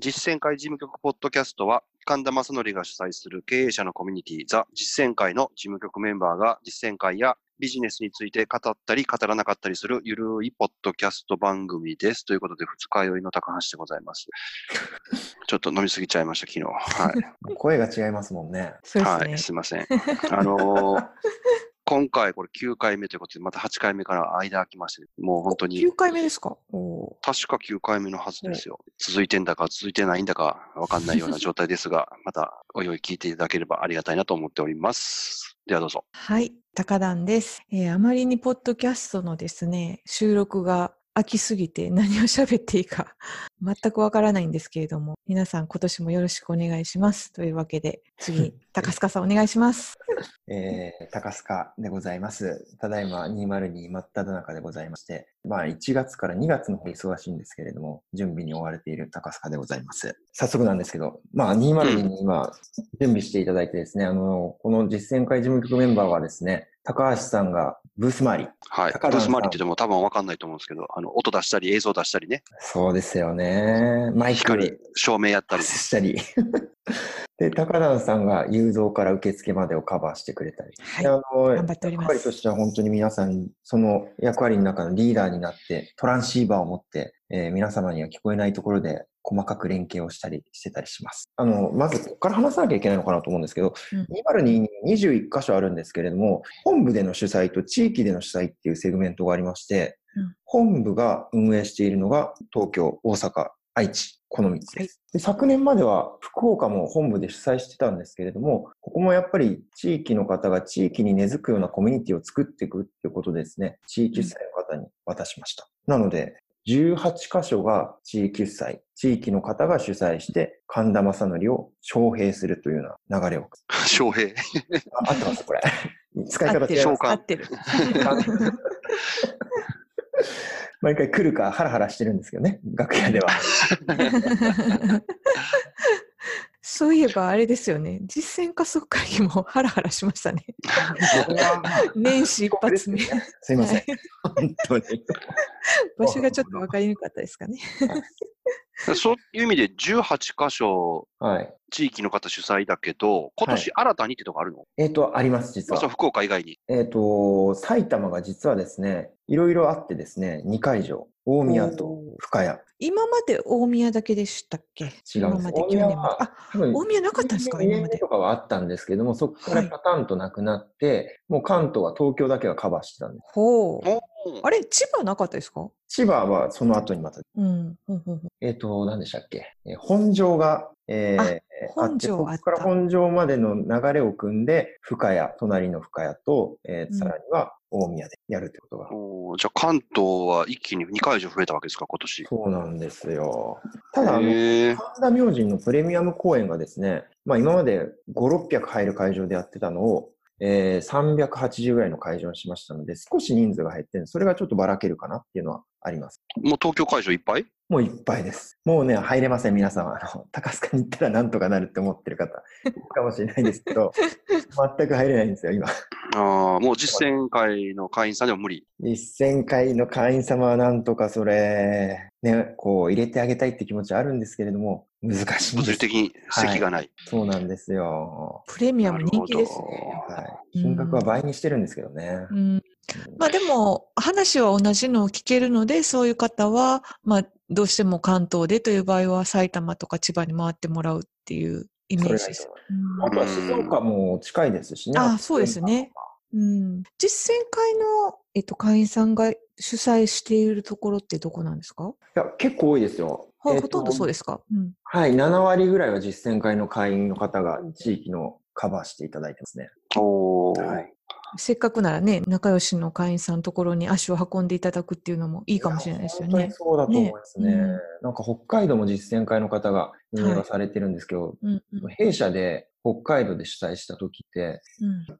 実践会事務局ポッドキャストは、神田正則が主催する経営者のコミュニティ、ザ・実践会の事務局メンバーが実践会やビジネスについて語ったり語らなかったりするゆるいポッドキャスト番組です。ということで、二日酔いの高橋でございます。ちょっと飲みすぎちゃいました、昨日。はい。声が違いますもんね。そうですね。はい、すいません。あのー今回これ9回目ということで、また8回目から間空きまして、もう本当に。 9回目ですかお確か9回目のはずですよ。続いてんだか続いてないんだかわかんないような状態ですが、またおいおい聞いていただければありがたいなと思っております。ではどうぞ。はい、高段です、えーあまりにポッドキャストのですね、収録が飽きすぎて何を喋っていいか 全くわからないんですけれども、皆さん今年もよろしくお願いします。というわけで、 次、高須賀さんお願いします。えー、高須賀でございます。ただいま202真っ只中でございまして、まあ1月から2月の方忙しいんですけれども、準備に追われている高須賀でございます。早速なんですけど、まあ202に今準備していただいてですね、あの、この実践会事務局メンバーはですね、高橋さんがブース周り。はい。ブ高田さんースマリって言っても多分わかんないと思うんですけど、あの、音出したり映像出したりね、そうですよね。マイク光、照明やった り。したり。で、高田さんが誘導から受付までをカバーしてくれたり。はいであの頑張っておりま役割とす。しては本当に皆さん、その役割の中のリーダーになって、トランシーバーを持って、えー皆様には聞こえないところで細かく連携をしたりしてたりします。あの、まずここから話さなきゃいけないのかなと思うんですけど、うん202に21箇所あるんですけれども、本部での主催と地域での主催っていうセグメントがありまして、うん本部が運営しているのが東京、大阪、愛知、この3つです。で昨年までは福岡も本部で主催してたんですけれども、ここもやっぱり地域の方が地域に根付くようなコミュニティを作っていくっていうことですね、地域主催の方に渡しました。なので、18箇所が地域主催、地域の方が主催して、神田正則を招聘するというような流れを。照明。あ合ってますこれ。 使い合方って違いる。ま召す喚合ってる。毎回来るかハラハラしてるんですけどね、楽屋 では。 そういえばあれですよね、実践加速会議もハラハラしました ね。年始一発目。すいません。本当に。 場所がちょっと分かりにくかったですかね。そういう意味で18箇所、はい。地域の方主催だけど、今年新たにってとこあるの、えっ、と、あります、実あそう、は。福岡以外に。えっ、と、埼玉が実はですね、いろいろあってですね、2会場。大宮と深谷。今まで大宮だけでしたっけ違う今んですまで大去宮年まで。はあ、多分大宮なかったんですか2今年ま目でと。かはあったんですけども、そこからパターンとなくなって、もう関東は東京だけはカバーしてたんです。ほう。うんあれ、千葉なかったですか千葉はその後にまた、うん。ほうほうほうえっ、と、何でしたっけ、えー本庄が、えーあ本庄ああってったそこから本庄までの流れを組んで、深谷、隣の深谷と、えーうんさらには大宮でやるってことが。おーじゃあ関東は一気に2会場増えたわけですか、今年。そうなんですよ。ただ、あのへー神田明神のプレミアム公演がですね、まあ今まで5、600入る会場でやってたのを、えー380ぐらいの会場にしましたので、少し人数が減ってるそれがちょっとばらけるかなっていうのはあります。もう東京会場いっぱいもういっぱいです。もうね、入れません、皆さん。あの、高須賀に行ったらなんとかなるって思ってる方、いるかもしれないですけど、全く入れないんですよ、今。ああ、もう実践会の会員さんでも無理。 1000回の会員様はなんとかそれ、ね、こう入れてあげたいって気持ちはあるんですけれども、難しいん物で理す。的に席がない。そうなんですよ。プレミアム人気ですなるね。ほはい、金額は倍にしてるんですけどね。うん、まあでも、話は同じのを聞けるので、そういう方は、まあ、どうしても関東でという場合は、埼玉とか千葉に回ってもらうっていうイメそーれジがいでいとす。思いますうんあとは静岡も近いですしね。あそうですね。うん、実践会の、えっと、会員さんが主催しているところってどこなんですか、いや、結構多いですよ。。ほほとんどそうですすか、うん、はい、7割ぐらいは実践会の会員の方が地域のカバーしていただいてますね。ど。おーはいせっかくならね仲良しの会員さんのところに足を運んでいただくっていうのもいいかもしれないですよいやね本。当にそうだと思いますね。ねうんなんか北海道も実践会の方が運営がされてるんですけど、うんうん弊社で北海道で主催した時って、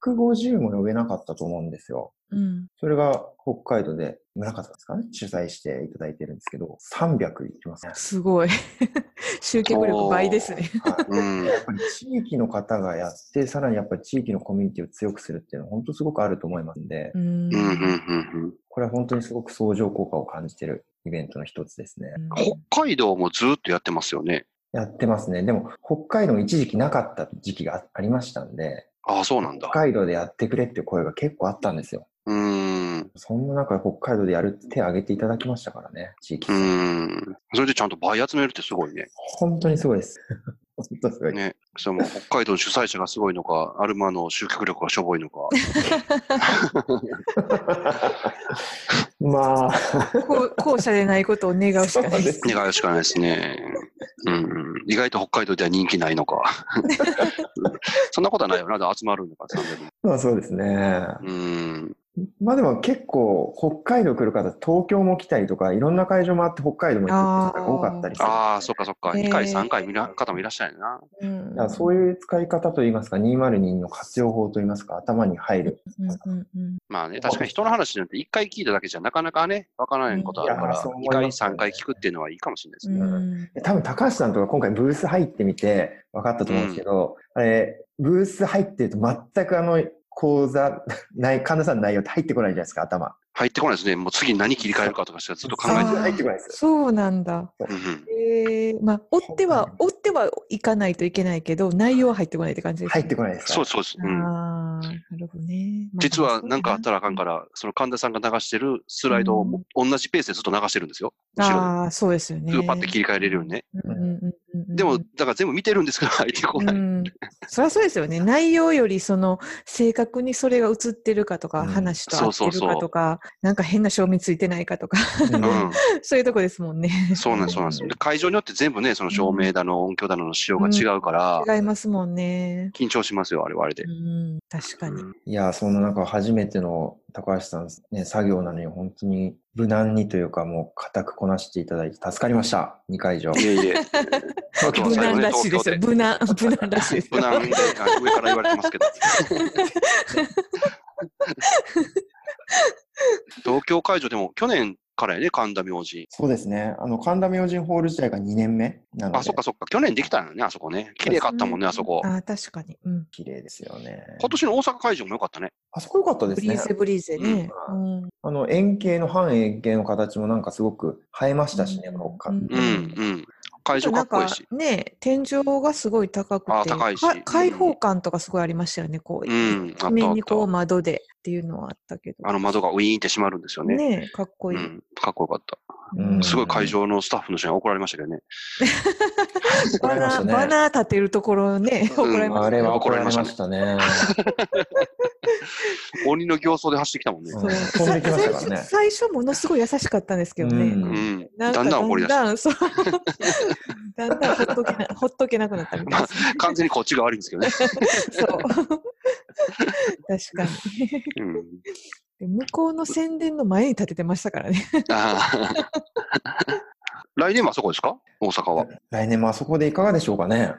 うん150も呼べなかったと思うんですよ。うんそれが北海道で、村方ですかね、主催していただいてるんですけど、300いきますね。すごい集客力倍ですね。はいうん。やっぱり地域の方がやって、さらにやっぱり地域のコミュニティを強くするっていうのは本当すごくあると思いますんで、うんうん、うん、うん、これは本当にすごく相乗効果を感じてるイベントの一つですね。うんうん。北海道もずーっとやってますよね。やってますね。でも、北海道一時期なかった時期がありましたんで、ああ、そうなんだ北。海道でやってくれっていう声が結構あったんですよ。うーん。うそんな中、北海道でやるって手を挙げていただきましたからね、地域ーさん。ん。それでちゃんと倍集めるってすごいね。本当にすごいです。 本当すごい。ね。それも北海道の主催者がすごいのか、アルマの集客力がしょぼいのか。まあ、こう後者でないことを願うしかないです。願うしかないですね。うん、意外と北海道では人気ないの か。 そんなことはないよな、で集まるのか、300人まあそうですね。うん。まあでも結構、北海道来る方、東京も来たりとか、いろんな会場もあって、北海道も行く方が多かったりする。ああ、そっかそっか。えー2回、3回見る方もいらっしゃるな。うんだからそういう使い方といいますか、202の活用法といいますか、頭に入る。うんうんうんまあね、確かに人の話なんて1回聞いただけじゃなかなかね、わからないことあるかいやら、そう思い2ます回、3回聞くっていうのはいいかもしれないですね。うん多分高橋さんとか今回ブース入ってみて分かったと思うんですけど、あれ、ブース入ってると全くあの講座、 ない、患者さんの内容って入ってこないじゃないですか、頭。入ってこないですね。もう次何切り替えるかとかしかずっと考えてあーない。入ってこないです。そうなんだ。うんうんえー、まあ、追っては、追ってはいかないといけないけど、内容は入ってこないって感じです、入ってこないい。です。そうですそうです。うんああ、なるほどね。まあ実は何かあったらあかんそから、その患者さんが流してるスライドをも同じペースでずっと流してるんですよ。う後ろだでなああ、そうですよね。すぐパッて切り替えれるようにね。うんうんうんうんでも、だから全部見てるんですから、入ってこない。うん、そりゃそうで すよね。内容より、その、正確にそれが映ってるかとか、うん話と合ってるそうそうかそうとか、なんか変な照明ついてないかとか、 ううんん、そういうとこですもんね。そうなんです、そうなんです。で会場によって全部ね、その照明だの、音響だのの仕様が違うから、違いますもんね。緊張しますよ、あれはあれでう。ん、確かに。いやー、そんな中、初めての高橋さん、ね、作業なのに、本当に無難にというか、もう固くこなしていただいて助かりました。2会場。いえい え、東京う無ん難らしいですよ。無難、無難らしいです無よ。難で、あ上から言われてます けど。東京会場でも去年からやね、神田明神。そうですね。あの、神田明神ホール自体が2年目なので。あ、そっかそっか。去年できたのよね、あそこね。綺麗かったもんね、あそこ。あー確かに。うん。綺麗ですよね。今年の大阪会場も良かったね。あそこ良かったでブすリーね。ゼブリーゼね。うん。あの、円形の半円形の形もなんかすごく映えましたしね、うんこのかうんうん、うん。会場かなっんこいかいし。ね、天井がすごい高くあーて、高いしかうん開放感とかすごいありましたよね、こう、うん、あ一ったあ面っにこうた。窓でっていうのはあったけど。あの窓がウィーンって閉まるんですよね。ねかっこいうい。ん、かっこよかった。うんすごい会場のスタッフの人に怒られましたけどね。怒バられまナしたー、ねバナー立てるところね、う怒んられましたあねれは怒怒らられまれましたねしたね。鬼の形相で走ってきたもんね。うんそう飛んできましたからね。最初最初ものすごい優しかったんですけどね。うんうん。なだんだん怒り出した。だんだん、そう。 だんだんほっとけな、ほっとけなくなったみたいです ね。完全にこっちが悪いんですけどね。そう。 確かに。うんで向こうの宣伝の前に立ててましたからね。あー 来年もあそこですか大阪は。来年もあそこでいかがでしょうかね。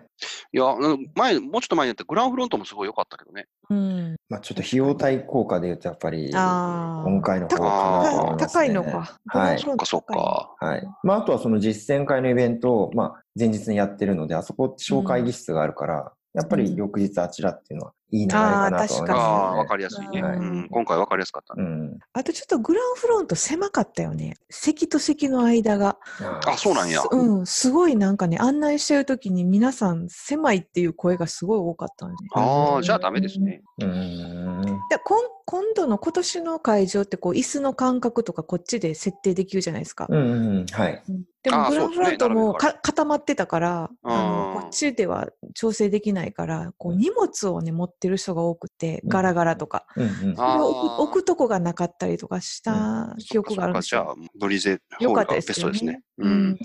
いや、うん前、もうちょっと前にやったグランフロントもすごい良かったけどね。うん。まあちょっと費用対効果で言うと、やっぱり、あー今回の方がかなと思高いいます、ね。高いのか。はいそそっかそっ。か。はい。まあ、あとはその実践会のイベントを、まあ、前日にやってるので、あそこ小会議室があるから、やっぱり翌日あちらっていうのはいい流れかなとは思いうんああー、わますよかりやすいね。はいうん今回わかりやすかったね。ね。うん。あとちょっとグランフロント狭かったよね。席と席の間が。あ、そうなんや。すうん、すごいなんかね、案内してるときに皆さん狭いっていう声がすごい多かったんで。ああ、じゃあダメですね。うーん。で今今度の今年の会場ってこう椅子の間隔とかこっちで設定できるじゃないですか。うんうんうん。はい。うんであもーグランフロントそもうですねか固まってたから、うんあのこっちでは調整できないから、こう荷物をね持ってる人が多くて、ガラガラとか、うんうん。あーそれを置く置くとこがなかったりとかした記憶があるんですそっよ。かじゃあ、ブリゼホよーかルがったベでスすトよですねね。。うん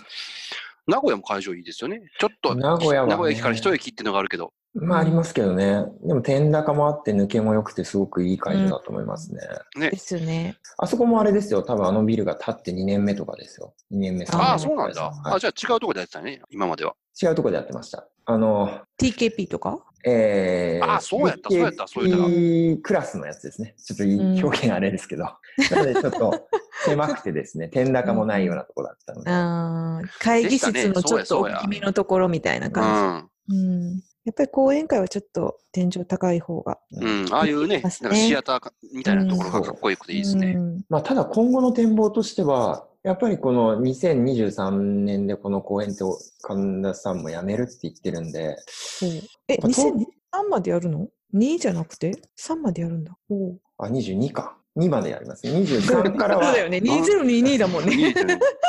名古屋も会場いいですよね。ちょっと、名古屋はね名古屋駅から一駅っていうのがあるけど、まあありますけどね。でも、天高もあって抜けも良くて、すごくいい会場だと思いますね。ねで。すよね。あそこもあれですよ。多分あのビルが建って2年目とかですよ。2年目、3年目とあかあ、ですそうなんだ。はいあ、じゃあ違うとこでやってたね、今までは。違うとこでやってました。あの、 TKP と かえー、あそうやったそうやったそうやった PKP クラスのやつですね。ちょっといい表現あれですけど。 なのでちょっと狭く てですね、天高もないようなとこだったので。あー会議室のちょっと大きめのところみたいなう感ん。じ。うんやっぱり講演会はちょっと天井高い方が。うん。ああいうね、いまなんすねかシアターかみたいなところがかっこよくていいですね。うんまあ、ただ今後の展望としては、やっぱりこの2023年でこの公演って神田さんも辞めるって言ってるんで、え、まあと2023までやるの ?2 じゃなくて ?3 までやるんだ。おうあ、22か。2までやりますね。23から そうはだ、よね。2022だもん ね。すいません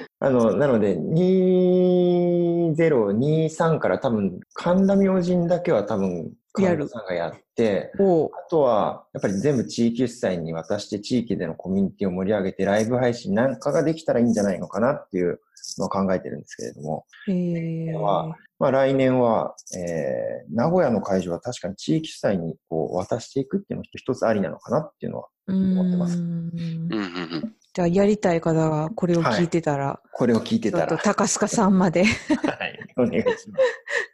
あの、なので、2023から多分、神田明神だけは多分、や神る田さんがやって、おうあとは、やっぱり全部地域主催に渡して地域でのコミュニティを盛り上げてライブ配信なんかができたらいいんじゃないのかなっていうのを考えてるんですけれども、えーはまあ来年は、えー、名古屋の会場は確かに地域主催にこう渡していくっていうのも一つありなのかなっていうのは、う思ってますーうんんうんうん。じゃあ、やりたい方がこれを聞いてたら、これを聞いてちょたっとら、高須賀さんまで はい、お願いします。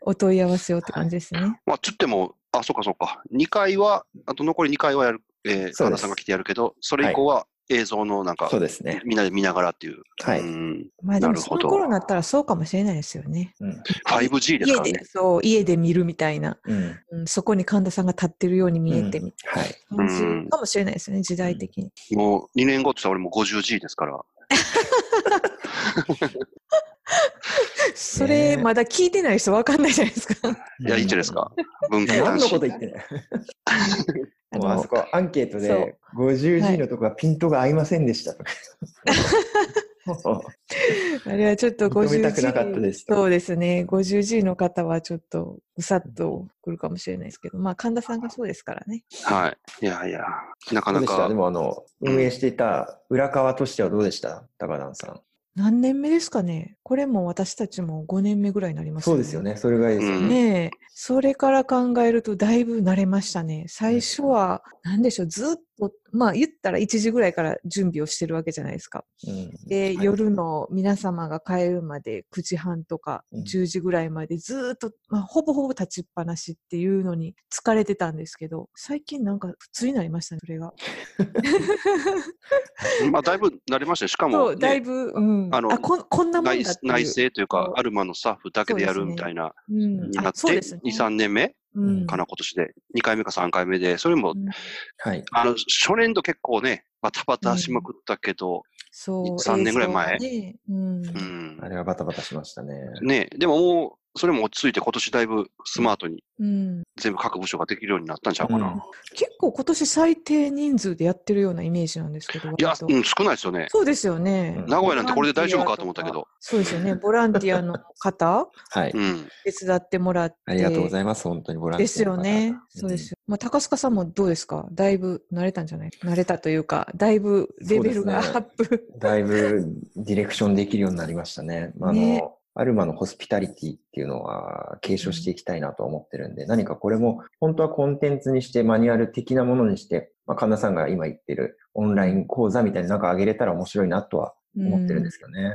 お問い合わせをって感じですね。まあ、つっても、あ、そうかそうか。2回は、あと残り2回はやる、えー、そう神です田さんが来てやるけど、それ以降は映像のなんか、そうですね。みんなで見ながらっていう。はいうんまあでもなるそほのど頃になったらそうかもしれないですよね。うん。 5G です家からねで、。そう、家で見るみたいな、うん。うんそこに神田さんが立ってるように見えてうみんはい。たいなうん感じかもしれないですよね、時代的に。もう2年後って言ったら俺もう 50G ですから。それ、まだ聞いてない人わかんないじゃないです か。いや、いいんじゃないですか。文い系や。何男子のこと。言ってないあもうあのそこアンケートそでう 50G のとこはピントが合いませんでしたとか。あれはちょっと認めたくなかった 50G ですそうですね、50G の方はちょっとうさっと来るかもしれないですけど、まあ神田さんがそうですからね。はい。いやいや、なかどなうでしたかで。もあの、運営していた裏側としてはどうでした高田さん。何年目ですかねこれも私たちも5年目ぐらいになりますそうですよね。それぐらいですようんね。ねえ、それから考えるとだいぶ慣れましたね。最初は、なんでしょう、ずっと、まあ言ったら1時ぐらいから準備をしてるわけじゃないですか。うんで、はい夜の皆様が帰るまで9時半とかうん10時ぐらいまでずーっと、まあ、ほぼほぼ立ちっぱなしっていうのに疲れてたんですけど、最近なんか普通になりましたね、それが。まあ、だいぶ慣れましたね。しかそもう、だね、いぶ、うん。あのあこん、こんなもん内だっていう。内政というそかう、アルマのスタッフだけでやるみたいな、うんに、なあっそうて、です2ね、。 3年目うんかな、今年で。2回目か3回目で、それもう、んはい。あの、初年度結構ね、バタバタしまくったけど、そう。 3年ぐらい前映像がねうんうんあ。れはバタバタしましたね。ねでももう、それも落ち着いて今年だいぶスマートにうん全部各部署ができるようになったんちゃうかな。うん結構今年最低人数でやってるようなイメージなんですけど、いや割、とうん、少ないですよね。そうですよね。うん名古屋なんてこれで大丈夫かと思ったけど。そうですよね。ボランティアの方、はい。うん。手伝ってもらって。ありがとうございます。本当にボランティでアすよね。そうですよ。まあ、高須賀さんもどうですかだいぶ慣れたんじゃない慣れたというか、だいぶレベルがアそうですねップ。だいぶディレクションできるようになりましたね。まああ のねアルマのホスピタリティっていうのは継承していきたいなとは思ってるんで、何かこれも本当はコンテンツにしてマニュアル的なものにして、まあ、神田さんが今言ってるオンライン講座みたいななんか上げれたら面白いなとは思ってるんですけどね。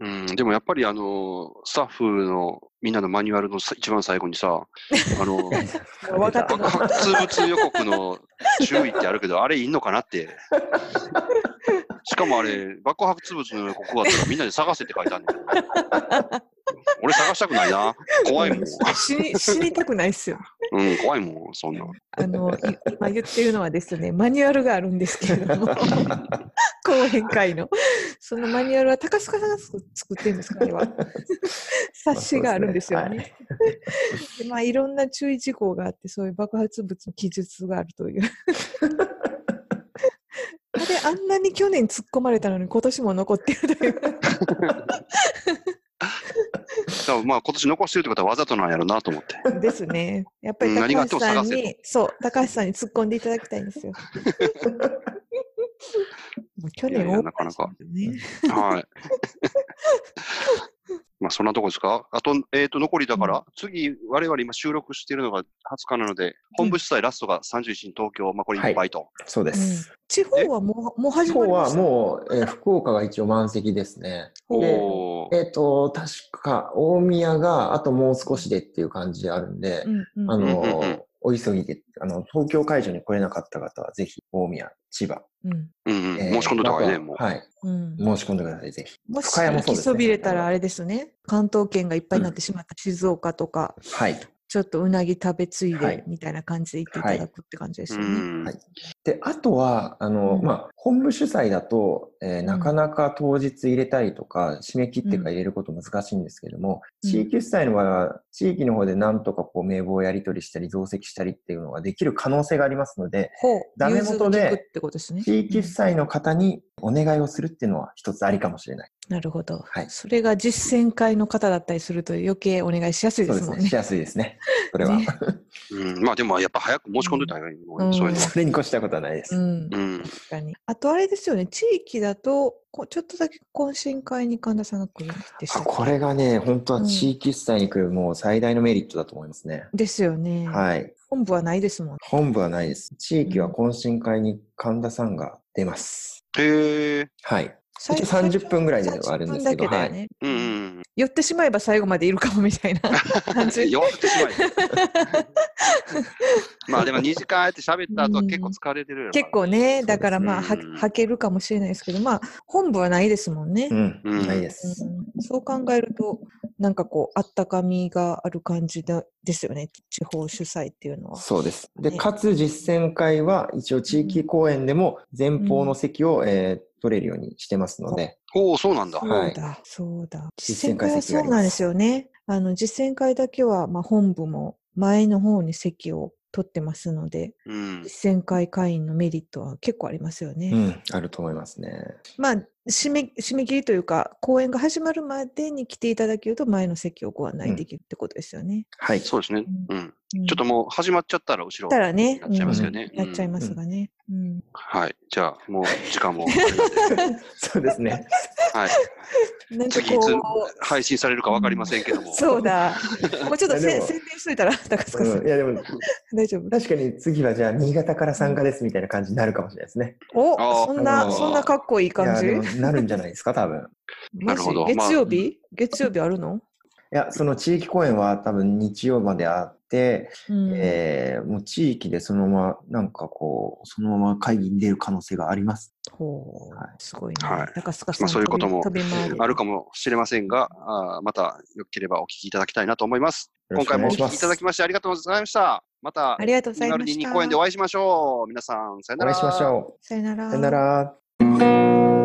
うん、でもやっぱりあの、スタッフのみんなのマニュアルのさ一番最後にさ、あの、うん分かって爆ます。発物予告の注意ってあるけど、あれいんのかなって。しかもあれ、爆発物の予告はみんなで探せって書いてあるんだよ。俺探したくないな。怖いもん。死に、 死にたくないっすよ。うん、怖いもん、そんな。あの、い今言ってるのはですね、マニュアルがあるんですけれど も、講演会の。そのマニュアルは高須賀さんが作作ってるんですか、あれ は。冊子があるんですよね。でまあ、いろんな注意事項があって、そういう爆発物の記述がある という。あれ、あんなに去年突っ込まれたのに、今年も残ってるという。だからまあ今年残してるってことはわざとなんやろうなと思って。ですね。やっぱうりん何があ高って橋もさ探んせとに、そう、高橋さんに突っ込んでいただきたいんで すよ。もう去い年やいや多なかなかかったね。はい。 まあそんなとこですかあと、えっ、と、残りだから、次、我々今収録しているのが20日なので、本部主催ラストが31日東京、まあこれいっぱいと。そうでうすん。地方はもうもう始ま今り日まはした。もう、えー福岡が一応満席ですね。うんでおーえっ、と、確か大宮があともう少しでっていう感じであるんで、うんあうんの、うんうんうんお急ぎで、あの、東京会場に来れなかった方は、ぜひ、大宮、千葉、うんうんうん、えー申し込んどいた方がいいね、またもう。はい。うん申し込んでください、ぜひ。もし深谷も行そうきですねそびれたらあれですね、関東圏がいっぱいになってしまった静岡とか、はい。ちょっとうなぎ食べついはでいみたいな感じで行っていただくって感じですよね。うんはいで、あとは、あの、うんまあ、本部主催だと、えーんなかなか当日入れたりとか、締め切ってから入れること難しいんですけども、うん地域主催の場合は、地域の方でなんとかこう、名簿をやり取りしたり、増席したりっていうのができる可能性がありますので、ほう。ダメ元で融通が利くってことですね。地域うん主催の方にお願いをするっていうのは一つありかもしれない。なるほど。はいそれが実践会の方だったりすると余計お願いしやすいでそうすですもんね。ね。しやすいで すね。それは。ねうん、まあでもやっぱ早く申し込んでた方がいいの、うんそういうのは。それに越したことはないです。うんう。ん。確かに。あとあれですよね、地域だと、こちょっとだけ懇親会に神田さんが来るんでしたあっけこれがね、本当は地域主催に来るもう最大のメリットだと思いますね。ですよね。はい。本部はないですもん。本部はないです。地域は懇親会に神田さんが出ます。へえ。はい。最一応30分ぐらいではあるんですけど30分だけだよね。うんうん寄ってしまえば最後までいるかもみたいな う感ん。じ。弱ってしまい。 まあでも2時間あえて喋った後は結構疲れてるやろな結構ね、だからまあ、そうはですねはけるかもしれないですけど、まあ、本部はないですもんね。うん。うんないです。うんそう考えると、なんかこう、あったかみがある感じだですよね、地方主催っていうのは。そうです。で、ねかつ実践会は一応地域公演でも前方の席を、えー取れるようにしてますので、おお、そうなんだそ。はういだ、そうだ。実実践践会会は席そがあうりますなんですよね。あの、実践会だけは、まあ、本部も前の方に席を取ってますので、うん。実践会会員のメリットは結構ありますよね。うん、あると思いますね。まあ、締め、締め切りというか、公演が始まるまでに来ていただけると、前の席をご案内できるってことですよね。はい。そうですね。うん。うんちょっともう始まっちゃったら後ろ。たらね、なっちゃいますよねうんなっちゃいますがね。うんはい。じゃあ、もう時間も。 そうですね。はい。なんか次いつこ配信されるかわかりませんけどう、も。そうだ。 もうちょっといやせでも宣伝しといたら、 高塚さうんん、い。や、でも、大丈夫確かに次はじゃあ新潟から参加ですみたいな感じになるかもしれないですね。あお、ーそんあな、のーそんなかっこいいい感や、じでもなるんじゃないですか、多分。マなジるほどまあ月曜日月曜日あるのいや、その地域公演は多分日曜まであって、うんえーもう地域でそのまま、なんかこう、そのまま会議に出る可能性があります。ほ、はいうすごいはねい。高須賀さまん、あそういうことも飛び回る。あるかもしれませんが、あーまたよければお聞きいただきたいなと思います。よろ今しくお回も願おいし聞まきすいただきましてありがとうございました。またあ、りがとうござ気い軽まにした。 2公演でお会いしましょう。皆さん、さよおなら。会いしましょさよなう。らさよなら。